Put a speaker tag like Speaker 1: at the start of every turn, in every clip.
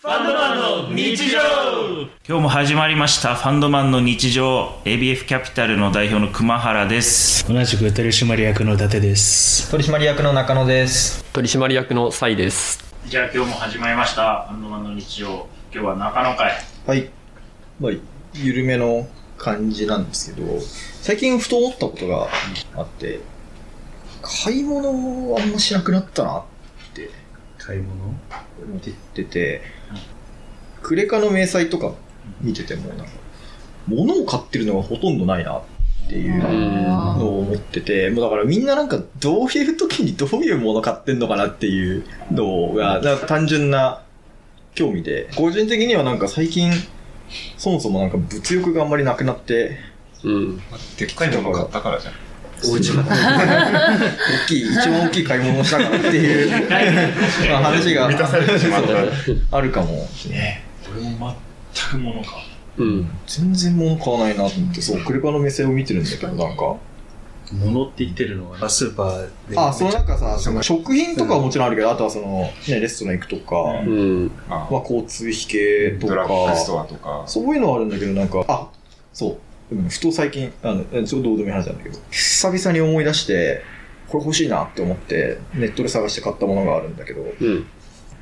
Speaker 1: ファンドマンの日常今日も始まりましたファンドマンの日常 ABF キャピタルの代表の熊原です
Speaker 2: 同じく取締役の伊達です
Speaker 3: 取締役の中野です
Speaker 4: 取締役のサイです
Speaker 1: じゃあ今日も始まりましたファンドマンの日常今日は中野会
Speaker 3: はいまあ緩めの感じなんですけど最近ふと思ったことがあって買い物をあんましなくなったなって
Speaker 2: 買い物
Speaker 3: 見ててて、クレカの明細とか見てても、なんか、物を買ってるのがほとんどないなっていうのを思ってて、もうだからみんななんかどういう時にどういうもの買ってんのかなっていうのが、だから単純な興味で、個人的にはなんか最近、そもそもなんか物欲があんまりなくなって、
Speaker 4: うん
Speaker 5: でっかいのも買ったからじゃん。
Speaker 4: おうちも
Speaker 3: 大きい、一番大きい買い物をしたからっていう、 ま あ話が
Speaker 5: 満たされてしまった。
Speaker 3: あるかも。
Speaker 1: 俺も全くものか
Speaker 4: うん
Speaker 3: 全然物買わないなと思って、そう、クレカの目線を見てるんだけど、なんか。
Speaker 2: 物って言ってるのはスーパーで
Speaker 3: あ、そのなんかさ、
Speaker 2: そ
Speaker 3: そ
Speaker 2: の
Speaker 3: の食品とかはもちろんあるけど、あとはその、ね、レストラン行くとか、
Speaker 4: う
Speaker 3: ま
Speaker 4: ん
Speaker 5: あ
Speaker 3: あ交通費系と
Speaker 5: ドラッグス
Speaker 3: か、
Speaker 5: トアとか。
Speaker 3: そういうのはあるんだけど、なんか、あ、そう、でもねふと最近、あの、えちょっとどうでもいい話なんだけど、久々に思い出して、これ欲しいなって思って、ネットで探して買ったものがあるんだけど、
Speaker 4: うん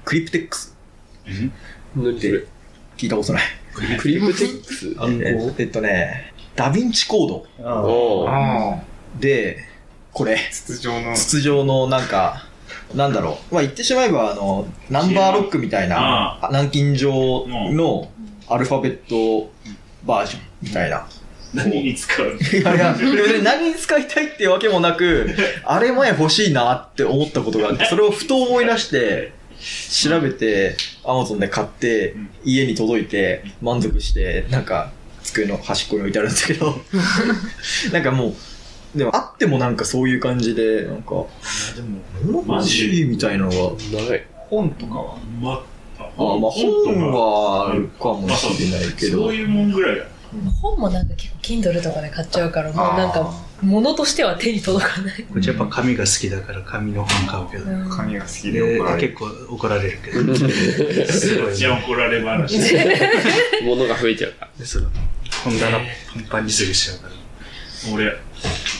Speaker 3: クリプテックス
Speaker 4: 何
Speaker 3: っ
Speaker 4: それ
Speaker 3: て聞いたことない。
Speaker 4: クリプテックス
Speaker 2: 暗
Speaker 3: え
Speaker 2: 号
Speaker 3: えっとね、ダヴィンチコード
Speaker 4: おう
Speaker 5: ああ。
Speaker 3: で、これ、
Speaker 5: 筒状の。
Speaker 3: 筒状のなんか、なんだろう。まあ言ってしまえば、あの、ナンバーロックみたいな、南京錠のアルファベットバージョンみたいな。
Speaker 1: 何に使う
Speaker 3: いやいや、別に何に使いたいってわけもなく、あれ前欲しいなって思ったことがあって、それをふと思い出して、調べて、アマゾンで買って
Speaker 1: ん、
Speaker 3: 家に届いて、満足して、なんか、机の端っこに置いてあるんです けど、なんかもう、でもあってもなんかそういう感じで、なんか、
Speaker 1: でも
Speaker 3: 物欲しいみたいなのが、
Speaker 4: ない
Speaker 5: 本とかは。
Speaker 1: まあ
Speaker 3: あまあ本はあるかも
Speaker 1: まあそう
Speaker 3: しれないけ
Speaker 1: そ
Speaker 3: ど
Speaker 1: う、いうもんぐらいだ
Speaker 6: 本もなんか結構 Kindle とかで買っちゃうからもうなんか物としては手に届かない、
Speaker 2: こっちやっぱ紙が好きだから紙の本買うけど、
Speaker 6: うん
Speaker 5: 紙が好きで
Speaker 2: で
Speaker 5: 怒られ
Speaker 2: 結
Speaker 5: る。
Speaker 2: 構怒られるけどすごい
Speaker 1: じゃ
Speaker 2: ね
Speaker 1: あ怒られ話
Speaker 4: 物が増えちゃうから
Speaker 2: その本棚パンパンにすぐしちゃうから
Speaker 1: 俺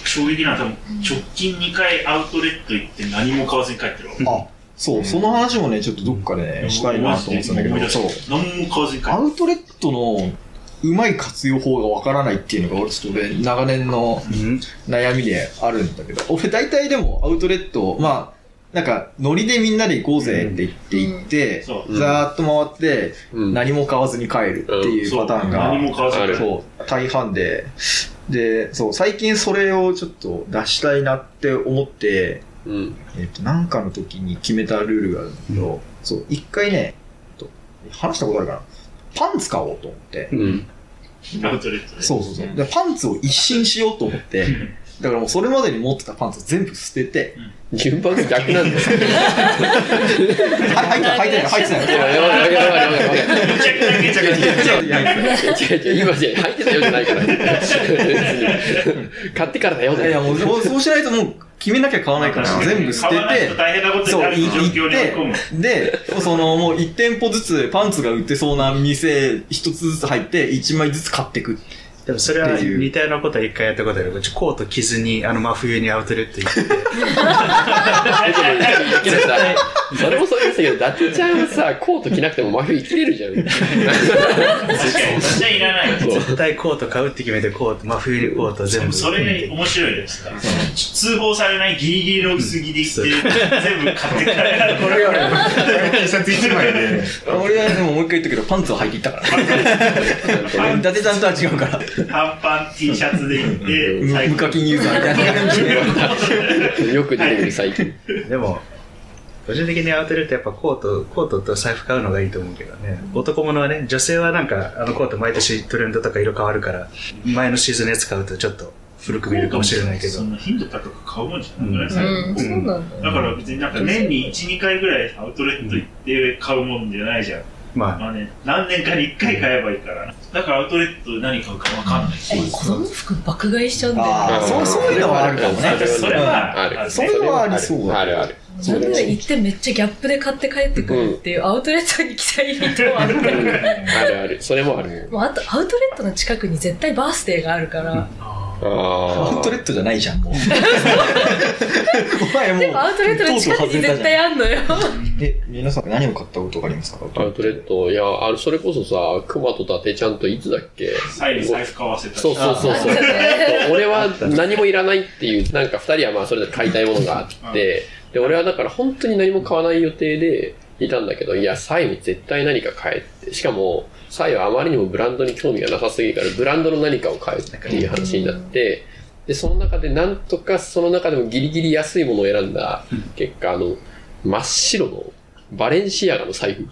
Speaker 1: 衝撃な多分直近2回アウトレット行って何も買わずに帰ってるわ
Speaker 3: あ、そう、その話もね、ちょっとどっかでね、したいなと思ってたんだけ
Speaker 1: 思い
Speaker 3: ど、
Speaker 1: 出
Speaker 3: そう。
Speaker 1: した何も買わずに帰って
Speaker 3: アウトレットのうまい活用法がわからないっていうのが俺ちょっと俺長年の悩みであるんだけど、俺大体でもアウトレット、まあ、なんかノリでみんなで行こうぜって言って行って、
Speaker 1: そう
Speaker 3: ざーっと回って
Speaker 4: うん
Speaker 3: 何も買わずに帰るっていう
Speaker 1: そう
Speaker 3: パターンが、
Speaker 1: 何も買わずに帰
Speaker 4: あ
Speaker 1: る
Speaker 4: る
Speaker 3: そう、大半で、で、そう、最近それをちょっと出したいなって思って、
Speaker 4: うん
Speaker 3: えっ、と、なんかの時に決めたルールがあるんだけど、そう、一回ね、えっと話したことあるかな。パンツ買おうと思って、
Speaker 4: うん
Speaker 1: アウトレットで
Speaker 3: そうそうそう。で、パンツを一新しようと思って、だからもうそれまでに持ってたパンツを全部捨てて、
Speaker 4: 順番が逆なんだよ
Speaker 3: はい入ってない、入ってない、入ってな
Speaker 4: い
Speaker 3: い。
Speaker 4: ややばいやばいやばいやばいやばい
Speaker 1: めちゃくちゃめちゃくちゃ
Speaker 4: 違う違う今じゃ入ってたようじゃないから別に買ってからだよ
Speaker 3: いやいや、もうそうそうしないともう決めなきゃ買わないから、全部捨て
Speaker 1: 買わない
Speaker 3: て
Speaker 1: と、大変なこと
Speaker 3: そ
Speaker 1: に
Speaker 3: う、
Speaker 1: なる
Speaker 3: い
Speaker 1: 状況に追い込
Speaker 3: 行
Speaker 1: む
Speaker 3: って、で、そのもう1店舗ずつパンツが売ってそうな店一つずつ入って、1枚ずつ買ってく。
Speaker 2: でもそれは
Speaker 3: っていう
Speaker 2: 似たようなことは一回やったことあるうちコート着ずにあの真冬にアウトレット行って
Speaker 4: けどさそれもそう言うんだけど伊達ちゃんはさコート着なくても真冬生きれるじゃん
Speaker 1: 確かにじゃあいらない
Speaker 4: そう
Speaker 2: 絶対コート買うって決めてコート真冬にコート全部
Speaker 1: それ面白いですから通報されないギリギリの薄着で行って全部買って帰るこ れは
Speaker 5: T シャツ一枚で。
Speaker 3: 俺はでももう一回言ったけど、パンツは履いていったから。伊達ちゃんとは違うから。
Speaker 1: 短パン T シャツで行って
Speaker 3: 無
Speaker 1: 最後
Speaker 3: 無課金ユーザーみたいな感じで。
Speaker 4: よく出てくる最近
Speaker 2: でも、個人的にアウトレットやっぱコート、コートと財布買うのがいいと思うけどね。男物はね、女性はなんかあのコート毎年トレンドとか色変わるから、前のシーズンのやつ買うとちょっと古く見えるかもしれないけど
Speaker 1: そ。んな頻度高く買うもんじゃなくないですか
Speaker 6: うん、そうなんだ
Speaker 1: だから別になんか年に1、2回ぐらいアウトレット行って買うもんじゃないじゃん。
Speaker 2: まあ、
Speaker 1: まあね、何年かに1回買えばいいからな。だからアウトレットで何買うかわかんないし。
Speaker 6: 子供服爆買いしちゃうんだよ
Speaker 3: ああ、
Speaker 6: ね
Speaker 3: そう、そういうのはあるかもね。
Speaker 1: それは
Speaker 4: ある
Speaker 3: それはありそうだ
Speaker 4: あるある
Speaker 6: な
Speaker 4: そ
Speaker 6: ん
Speaker 4: うだ
Speaker 6: な
Speaker 4: よ
Speaker 6: ら
Speaker 4: ね
Speaker 6: 行ってめっちゃギャップで買って帰ってくるっていうアウトレットに行きたい人はある けど
Speaker 4: あるある。それもある。
Speaker 6: もうあとアウトレットの近くに絶対バースデーがあるから、
Speaker 4: ああ。
Speaker 3: アウトレットじゃないじゃん、もう。お前もう。
Speaker 6: でもアウトレットの近くに絶対あんのよ。
Speaker 3: で、皆さん何を買ったことがありますか
Speaker 4: アウトレッ。ト、いや、あれ、それこそさ、熊と伊達ちゃんといつだっけ
Speaker 1: サイズ財布買わせたし
Speaker 4: そうそうそうそう。俺は何もいらないっていう、なんか二人はまあそれで買いたいものがあって、で、俺はだから本当に何も買わない予定でいたんだけど、いや、サイに絶対何か買えって。しかも、サイはあまりにもブランドに興味がなさすぎるから、ブランドの何かを買えっていう話になって、で、その中でなんとかその中でもギリギリ安いものを選んだ結果、あの、真っ白の、バレンシアガの 財布。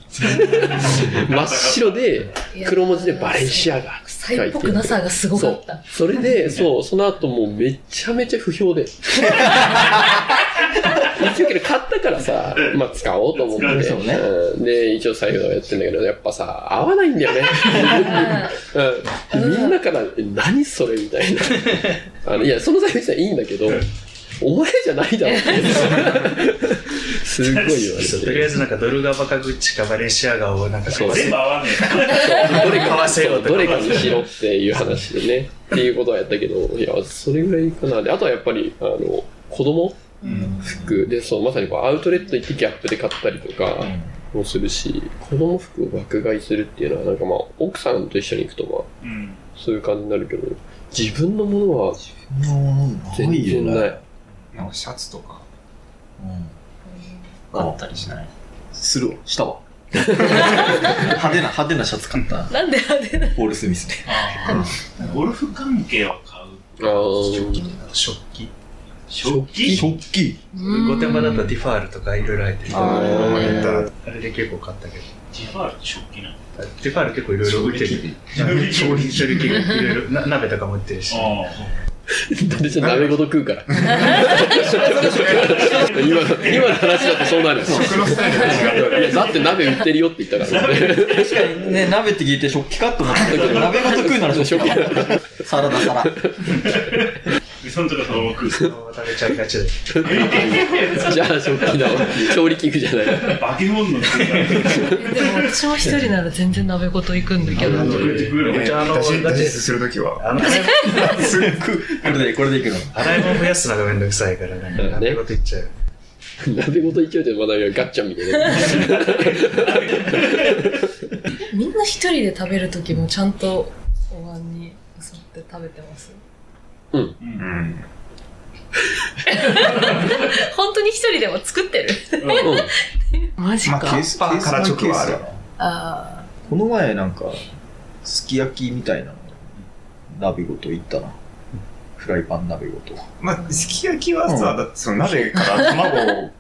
Speaker 4: 真っ白で、黒文字でバレンシアガって書いてあ
Speaker 6: 臭いっぽくなさがすご
Speaker 4: そ
Speaker 6: か
Speaker 4: う
Speaker 6: った。
Speaker 4: それで、そう、その後もうめちゃめちゃ不評 で。一応けど買ったからさ、まあ使おうと思って。
Speaker 1: 使うで
Speaker 3: しょうね
Speaker 4: うんで、一応財布をやってんだけど、やっぱさ、合わないんだよね。うん、みんなから、え何それみた いな。あのいや、その財布自体いいんだけど、お前じゃないだろって すっごい言われ
Speaker 2: そう
Speaker 4: て
Speaker 2: とりあえずなんかドルガバカグッチかバレンシアガをなんか
Speaker 4: そう
Speaker 1: 全部合わね
Speaker 4: どれ
Speaker 2: 買わせようとか
Speaker 4: どれかにしろっていう話でね、っていうことはやったけど、いや、それぐらいかな。で、あとはやっぱり、あの、子供服で、そう、まさにこうアウトレット行ってギャップで買ったりとかもするし、子供服を爆買いするっていうのは、なんかまあ、奥さんと一緒に行くと
Speaker 1: え。
Speaker 4: まあ、
Speaker 1: うん。
Speaker 4: そういう感じになるけど、自分のものは全然ない。
Speaker 5: なんかシャツとか。
Speaker 3: あったりしないするわ、した わ。派手な、派手なシャツ買った。
Speaker 6: なんでなんで
Speaker 3: ポール・スミスで。
Speaker 1: ゴルフ関係は買う。
Speaker 4: あー
Speaker 2: 食器
Speaker 1: 食器
Speaker 3: 食器
Speaker 2: 御殿場だったらディファールとかいろいろ入ってて
Speaker 4: あ
Speaker 2: あ
Speaker 4: ー
Speaker 5: やったら、
Speaker 2: れで結構買ったけど
Speaker 1: ジファール食器なの
Speaker 2: ディファール結構いろいろ売ってる
Speaker 1: 調
Speaker 2: 調
Speaker 1: 理
Speaker 2: 理器具いろいろな鍋とかも売ってるし
Speaker 4: 私は鍋ごと食うから。今の今の話だとそうなるよ。
Speaker 5: 食のスタイルが違う。
Speaker 4: いや、だって鍋売ってるよって言ったからね。
Speaker 3: 確かにね、鍋って聞いて食器かと思ったけ ど、鍋ごと食うなら食器だ。サラダ サラ。
Speaker 1: でそのとこそのまま食う。
Speaker 2: そのまま食べちゃいがちで
Speaker 4: じゃあ、食器だわ。調理器具じゃない。
Speaker 1: バケモンの食い
Speaker 6: でも私も一人なら全然鍋ごと行くんだけど。
Speaker 2: めっちゃあの
Speaker 5: 出し
Speaker 2: ガ
Speaker 5: 脱
Speaker 2: チ
Speaker 5: 出
Speaker 2: です
Speaker 5: するときは、
Speaker 2: あの
Speaker 3: すっごい。これで、これでいくの。
Speaker 2: 洗い物増やすのがめんどくさいからなんか鍋ごといっちゃう
Speaker 4: 鍋ごと一応でまだガッチャンみたいな。
Speaker 6: みんな一人で食べる時もちゃんとお椀に沿って食べてます。
Speaker 5: うん。
Speaker 6: 本当に一人でも作ってる。
Speaker 4: う
Speaker 6: マジ
Speaker 5: ま
Speaker 6: か
Speaker 5: あ、。ケースパーから直はある。
Speaker 6: あ
Speaker 3: この前なんか、すき焼きみたいなの鍋ごといったな。フライパン鍋ごと。
Speaker 5: まあ、すき焼きは
Speaker 3: う
Speaker 5: さ、
Speaker 3: ん
Speaker 5: だってその鍋から卵を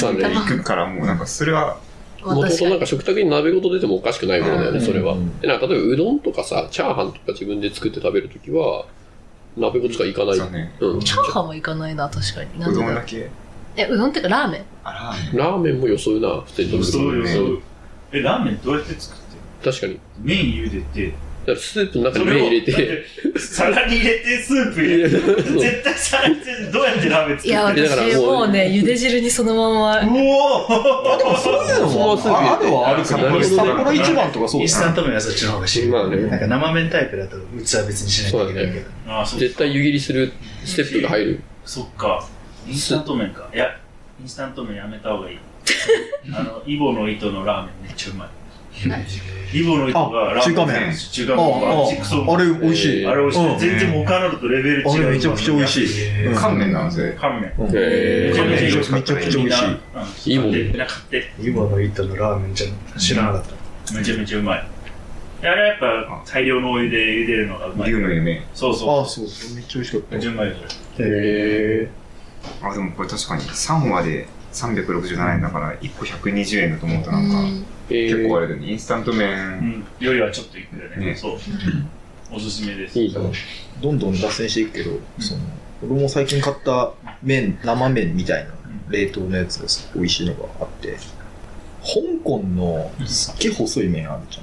Speaker 5: 挟んでいくから、もうなんかそれは、
Speaker 6: あ、
Speaker 4: ん。もとも
Speaker 6: 私
Speaker 4: となんか食卓に鍋ごと出てもおかしくないものだよね、それは
Speaker 3: う。ん
Speaker 4: でなんか例えばうどんとかさ、チャーハンとか自分で作って食べるときは、鍋ごとしかいかない。
Speaker 5: そうね、
Speaker 4: うん。
Speaker 6: チャーハンはいかないな、確かに。な
Speaker 5: うん
Speaker 6: で
Speaker 5: どん
Speaker 6: だろ
Speaker 5: だ
Speaker 6: う
Speaker 5: け。
Speaker 6: え、うどんっていうかラーメン。
Speaker 5: あらーね
Speaker 4: ラーメンもよそうな、普通に食べると
Speaker 1: そうよ、
Speaker 5: そ
Speaker 1: そうう。え、ラーメンどうやって作ってる
Speaker 4: 確かに。
Speaker 1: 麺茹でて、
Speaker 4: だからスープの中に麺入れて、
Speaker 1: 皿に入れて、スープ入れて。絶対皿に入れて、どうやってラーメン
Speaker 6: い
Speaker 1: 作
Speaker 6: や、
Speaker 1: ってる
Speaker 4: だから
Speaker 6: 私
Speaker 4: もう
Speaker 6: もうね、茹で汁にそのまま、
Speaker 1: うおー
Speaker 3: でもそういうの
Speaker 4: も
Speaker 3: もあるはあるけ
Speaker 5: な
Speaker 3: ど、
Speaker 5: るほど
Speaker 3: 札
Speaker 5: ね
Speaker 3: 幌一番とかそう
Speaker 2: イン
Speaker 3: です
Speaker 2: スタント麺はそっちの方がし
Speaker 4: まあね
Speaker 2: なんか生麺タイプだと器は別にしないといけないけど
Speaker 1: あー、そう
Speaker 4: 絶対湯切りするステップが入る。
Speaker 1: そっか。インスタント麺か。いや、インスタント麺やめた方 がいい。あの、イボの糸のラーメンめっちゃうまい。イボの糸がラーメン。
Speaker 3: あ中華麺
Speaker 1: 中華
Speaker 3: あ
Speaker 1: 麺が。チクソ
Speaker 3: あ、あれ美味しい。
Speaker 1: あれ美味しい。
Speaker 3: うん
Speaker 1: 全然他のとレベル違
Speaker 3: あ
Speaker 1: う。
Speaker 3: れめちゃくちゃ美味しい。うん
Speaker 5: 乾麺なんで。
Speaker 1: 乾麺。
Speaker 3: うん
Speaker 4: へ
Speaker 1: ー
Speaker 3: めちゃくちゃ美味しい。
Speaker 1: い
Speaker 4: い
Speaker 1: い
Speaker 4: い
Speaker 1: も
Speaker 4: も
Speaker 1: ん
Speaker 4: ん
Speaker 1: みんな買って
Speaker 2: イボの糸のラーメンじゃ知らなかった
Speaker 1: めちゃめちゃうまいあれはやっぱ大量のお湯で茹でるのがうまい
Speaker 5: 牛の夢。
Speaker 1: そう
Speaker 3: あ
Speaker 1: そ
Speaker 3: そうそう、めっちゃ美味しか
Speaker 1: うめ
Speaker 3: っ
Speaker 1: っち
Speaker 3: た。
Speaker 1: ゃうまいよ
Speaker 4: へ
Speaker 5: あ、でもこれ確かに3話で367円だから1個120円だと思うと
Speaker 6: う
Speaker 5: なんか、
Speaker 6: ん
Speaker 4: え。へ
Speaker 5: 結構あ
Speaker 4: ー
Speaker 5: れだね、インスタント
Speaker 1: それ
Speaker 5: 麺。
Speaker 1: うんよりはちょっといくよね
Speaker 5: ね
Speaker 1: そうおすすめです
Speaker 4: いいな。
Speaker 3: どんどん脱線していくけど、その、俺も最近買った麺、生麺みたいな冷凍のやつです。美味しいのがあって、香港のすっげえ細い麺あるじ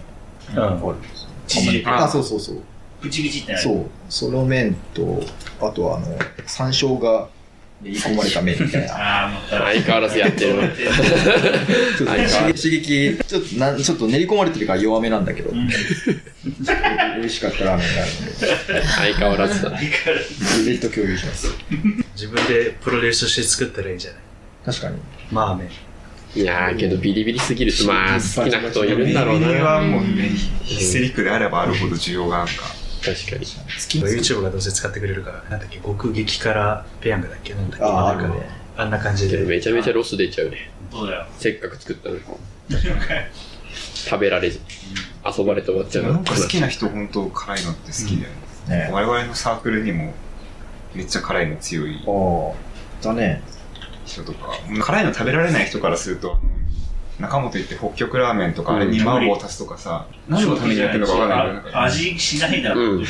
Speaker 3: ゃん。
Speaker 2: うん
Speaker 3: あるんですよ
Speaker 1: 縮れてる
Speaker 3: あ、そうそうそう。
Speaker 1: プチプチってない
Speaker 3: そう、その麺と、あとはあの、山椒がで、込まれた目みた いな。
Speaker 1: ああ、また。
Speaker 4: 相変わらずやってる
Speaker 1: やってる
Speaker 3: ちょ
Speaker 4: 相
Speaker 3: っと
Speaker 4: 変わら
Speaker 3: 刺激、ちょっとな、ちょっと練り込まれてるから弱めなんだけど
Speaker 1: う、ん
Speaker 3: 美味しかったラーメンがあるの
Speaker 4: 相変わらずだ。
Speaker 1: 相変わらず
Speaker 3: で、ぜひと共有します。
Speaker 2: 自分でプロデュースして作ったらいいじゃない。
Speaker 3: 確かに。
Speaker 2: まあ、ね。
Speaker 4: いやー、けどビリビリすぎるし、まあ、好きな人いるんだろうな。
Speaker 5: ビリビリ
Speaker 4: 確
Speaker 5: はもうね、ヒステリックであればあるほど需要があるか
Speaker 4: かに。
Speaker 2: YouTube がどうせ使ってくれるから、なんだっけ、極激辛ペヤングだっけなんだっけ
Speaker 3: あ
Speaker 2: な
Speaker 3: ー
Speaker 2: んかね、あんな感じ
Speaker 4: け
Speaker 2: で
Speaker 4: ど。めちゃめちゃロス出ちゃうね。
Speaker 1: そうだよ。
Speaker 4: せっかく作ったのに。食べられず、遊ばれて終わっちゃ
Speaker 5: ら。
Speaker 4: う
Speaker 5: なんか好きな人、本当辛いのって好きだよね。
Speaker 3: ね
Speaker 5: 我々のサークルにも、めっちゃ辛いの強い
Speaker 3: おだね。
Speaker 5: 人とか、辛いの食べられない人からすると、中本行って北極ラーメンとか、あれに麻婆を足すとかさ、何のためにやってるのかわかんないけど、
Speaker 1: あ味しないだろ
Speaker 4: うん。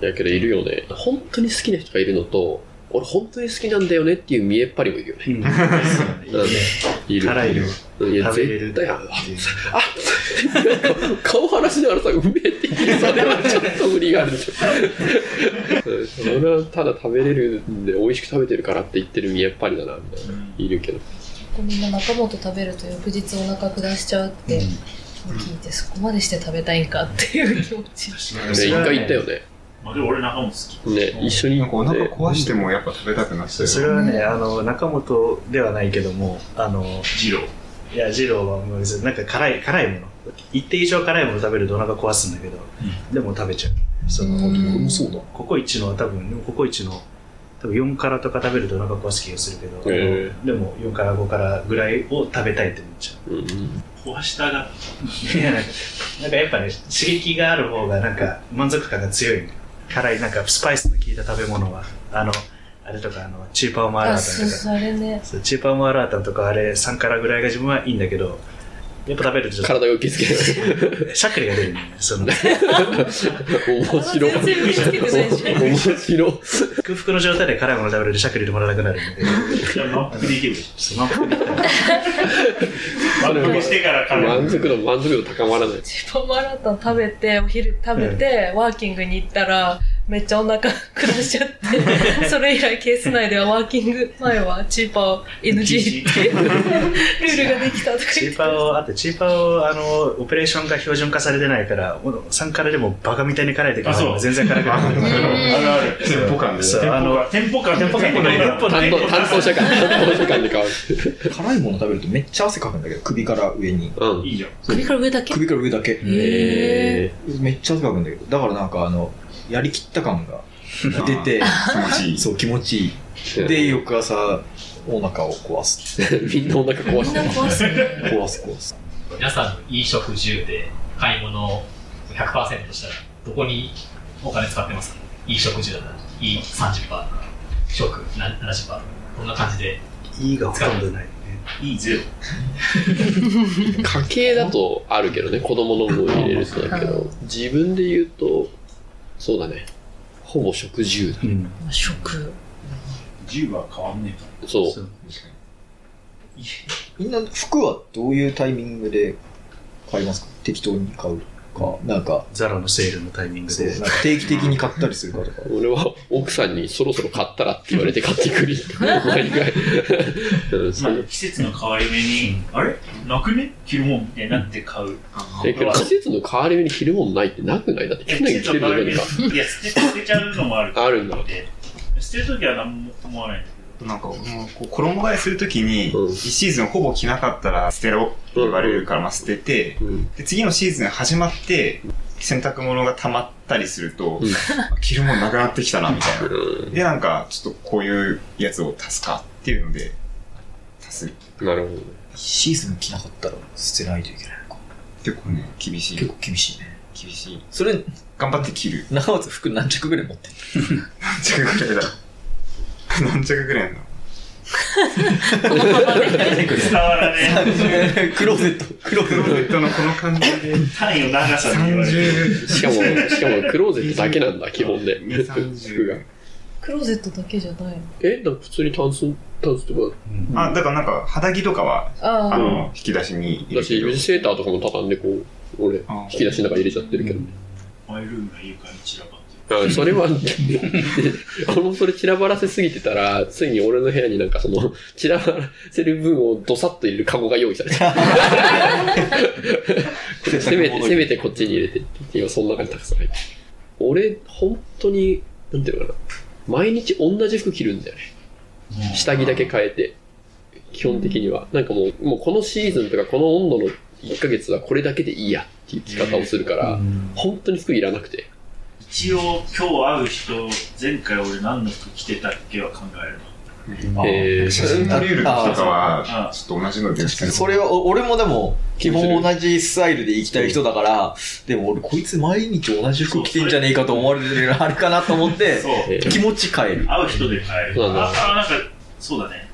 Speaker 4: やけどいるよね。本当に好きな人がいるのと、俺本当に好きなんだよねっていう見えっ張りもいるよね。
Speaker 2: うんそうだねい
Speaker 4: い
Speaker 2: いね
Speaker 4: る。
Speaker 2: 辛いの
Speaker 4: いや、
Speaker 2: 食べれる
Speaker 4: 絶対、あ、あ、顔話しながらさ、うめえって言うそれはちょっと無理があるでしょ。それはただ食べれるんで、美味しく食べてるからって言ってる見えっ張りだな、みたいな。いるけど。
Speaker 6: みんな中本食べると翌日お腹下しちゃうって聞いて、そこまでして食べたいんかっていう気持ち
Speaker 4: ね、一回行ったよね。
Speaker 1: まあでも俺中も好き。
Speaker 4: ね、一緒に
Speaker 5: なんかお
Speaker 4: 行っ
Speaker 5: 腹
Speaker 4: て。
Speaker 5: 壊してもやっぱ食べたくなっちゃ
Speaker 2: そううそれはね、あの、中本ではないけども、あの、
Speaker 1: ジロー。
Speaker 2: いや、二郎はもう別になんか辛い、辛いもの。一定以上辛いもの食べるとお腹壊すんだけど、でも食べちゃう。その、
Speaker 6: うん
Speaker 3: 俺もそうだ。
Speaker 2: ココイチの多分、ココイチの多分4辛とか食べるとお腹壊す気がするけど、
Speaker 4: へ
Speaker 2: でも4辛5辛ぐらいを食べたいって思っちゃ
Speaker 4: うんうん
Speaker 1: 壊したがって
Speaker 2: う。いや、なんかなんかやっぱね、刺激がある方がなんか満足感が強い、ね、辛い、なんかスパイスの効いた食べ物は、あの、あれとか、あの、チーパーマーラ
Speaker 6: あ
Speaker 2: ータン
Speaker 6: そう
Speaker 2: とか。
Speaker 6: そうあれね
Speaker 2: そうチーパーマーラータンとかあれ3辛ぐらいが自分はいいんだけどやっぱ食べるとちょっ
Speaker 4: 体が受け付けない。
Speaker 2: としゃっくりが出るんだよねその
Speaker 4: 面白い。
Speaker 6: 全然受け付けてないじゃん
Speaker 4: 面白い。
Speaker 2: 空腹の状態で辛いもの食べるとしゃっくり止まらなくなるんで
Speaker 1: じゃあ満腹できるでし
Speaker 2: そのまま
Speaker 1: ょ。満腹してからから。
Speaker 4: 満足度、満足度高まらない。
Speaker 6: チーパンマラタン食べてお昼食べて、ワーキングに行ったらめっちゃお腹 下しちゃってそれ以来ケース内ではワーキング前はチーパー NG っていうルールができたとか
Speaker 2: チ
Speaker 6: 言っ
Speaker 2: ー
Speaker 6: て
Speaker 2: パーをあとチーパーをあのオペレーションが標準化されてないからもう3辛でもバカみたいに辛い時
Speaker 1: あそう
Speaker 2: は全然辛くない
Speaker 1: あるある。
Speaker 5: テンポ感で。
Speaker 2: そう
Speaker 1: あ
Speaker 2: あ
Speaker 1: の
Speaker 2: の
Speaker 1: テンポ感テンポ感
Speaker 4: 担当、担当者間、担当者間で変わる。
Speaker 3: 辛いもの食べるとめっちゃ汗かくんだけど、首から上に。
Speaker 4: うん。
Speaker 1: いいじゃん。
Speaker 6: 首から上だけ
Speaker 3: 首から上だけ。
Speaker 6: へ
Speaker 3: めっちゃ汗かくんだけど、だからなんかあの、やりきった感が出て、
Speaker 5: 気持ちいい。
Speaker 3: そう気持ちいい。で、翌朝、お腹を壊す。
Speaker 4: みんなお腹壊
Speaker 6: み
Speaker 4: し
Speaker 6: ん
Speaker 4: て
Speaker 6: な
Speaker 4: る。
Speaker 6: 壊すね
Speaker 3: 壊す壊す。
Speaker 7: 皆さんの衣食住で買い物を100%としたら、どこにお金使ってますか衣食住だったら、衣30%だったら、食な70%だったら、こんな感じで。
Speaker 2: いいがほとんどないね
Speaker 1: いいゼロ。
Speaker 4: 家計だとあるけどね、子供の分入れるとだけど、自分で言うと、そうだね。ほぼ食住だ。
Speaker 2: うん
Speaker 6: 食
Speaker 1: 10は変わんねえか
Speaker 4: そ。
Speaker 2: そうう
Speaker 3: みんな服はどういうタイミングで買いますか適当に買うか、なんか、
Speaker 2: ザラのセールのタイミング
Speaker 3: そう、
Speaker 2: で
Speaker 3: なんか定期的に買ったりするかとか。
Speaker 4: 俺は奥さんにそろそろ買ったらって言われて買って くる。毎回。うんそ
Speaker 1: ら。
Speaker 4: う
Speaker 1: まあ季節の変わり目に、あれなくね着るもんみたいになって買う。
Speaker 4: えけど季節の変わり目に着るもんないってなくないだって
Speaker 1: いや、季
Speaker 4: 去年
Speaker 1: 節
Speaker 4: 着て
Speaker 1: の
Speaker 4: るだ
Speaker 1: 変わ
Speaker 4: け
Speaker 1: り目
Speaker 4: で
Speaker 1: に
Speaker 4: さ。
Speaker 1: いや、捨て捨てちゃうのもある
Speaker 4: あるんだ
Speaker 1: ので、捨てるときは何も思わないんだ
Speaker 5: なんか、もうこう衣替えするときに、
Speaker 4: うん
Speaker 5: 一シーズンほぼ着なかったら捨てろって言われるから、まあ捨てて、
Speaker 4: うん
Speaker 5: で、次のシーズン始まって、洗濯物が溜まったりすると
Speaker 4: うん、
Speaker 5: 着るもんなくなってきたな、みたいな。で、なんか、ちょっとこういうやつを足すかっていうので、足す。
Speaker 4: なるほどね。
Speaker 3: シーズン着なかったら捨てないといけないのか。
Speaker 5: 結構ね、厳し
Speaker 3: 結
Speaker 5: い
Speaker 3: 構。厳しいね。
Speaker 5: 厳しい。
Speaker 3: それ、
Speaker 5: 頑張って着る。
Speaker 3: 長松服何着ぐらい持ってん
Speaker 5: 何着ぐらいだ 何着ぐらいなの
Speaker 1: けど。伝わらね
Speaker 3: のクローゼット。クロー
Speaker 5: ク
Speaker 3: ゼ
Speaker 5: ロ
Speaker 3: ッ
Speaker 5: ーゼットのこの感じで、
Speaker 1: え。単位の長さで言われて。
Speaker 5: 30、
Speaker 4: しかも、しかもクローゼットだけなんだ、基本で。
Speaker 5: 2、
Speaker 4: 服が
Speaker 5: 30。
Speaker 6: クローゼットだけじゃないの
Speaker 4: え、だから普通にタンス、タンスとか、
Speaker 5: あ、だからなんか、肌着とかは、あ
Speaker 6: あ
Speaker 5: の、引き出しに
Speaker 4: だ
Speaker 5: 入れ
Speaker 4: し、
Speaker 5: て
Speaker 4: ユ
Speaker 5: る
Speaker 4: ジセーターとかも畳んでこう、俺、
Speaker 5: あー
Speaker 4: 引き出しの中に入れちゃってるけど。
Speaker 1: マイルームが言うか、一らばっていう。
Speaker 4: うん、それは、 俺もそれ散らばらせすぎてたら、ついに俺の部屋になんかその、散らばらせる分をどさっと入れるカゴが用意されてた。これせめて、せめてこっちに入れてって言って、今その中にたくさん入ってる。俺、本当に、なんていうのかな。毎日同じ服着るんだよね。下着だけ変えて。基本的には。なんかもう、もうこのシーズンとかこの温度の1ヶ月はこれだけでいいやっていう着方をするから、本当に服いらなくて。
Speaker 1: 一応今日会う人前回俺何の服着てたっけは考えるの
Speaker 4: えー
Speaker 5: 写真撮れる時とかは
Speaker 1: あ、
Speaker 5: ちょっと同じので、
Speaker 3: それは、お俺もでも、基本同じスタイルで生きたい人だから、でも俺こいつ毎日同じ服着てんじゃねえかと思われてるあれかなと思って
Speaker 1: そ、う
Speaker 4: えー
Speaker 3: 気持ち変える。
Speaker 1: 会う人で変える
Speaker 4: そうだ
Speaker 1: あ
Speaker 4: ね
Speaker 1: あなんかそうだね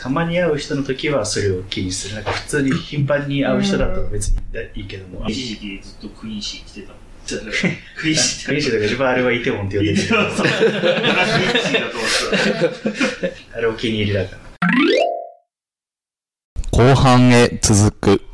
Speaker 2: たまに会う人の時はそれを気にする。なんか普通に頻繁に会う人だと別にいいけども。クイ
Speaker 1: 一時期ずっとクイーンシー着て たもんクイーンシー
Speaker 2: ーンシーとか自分はあれはイテウォンって呼んで るけど、
Speaker 1: そうクイーンシーだと思ってた
Speaker 2: あれお気に入りだから。
Speaker 8: 後半へ続く。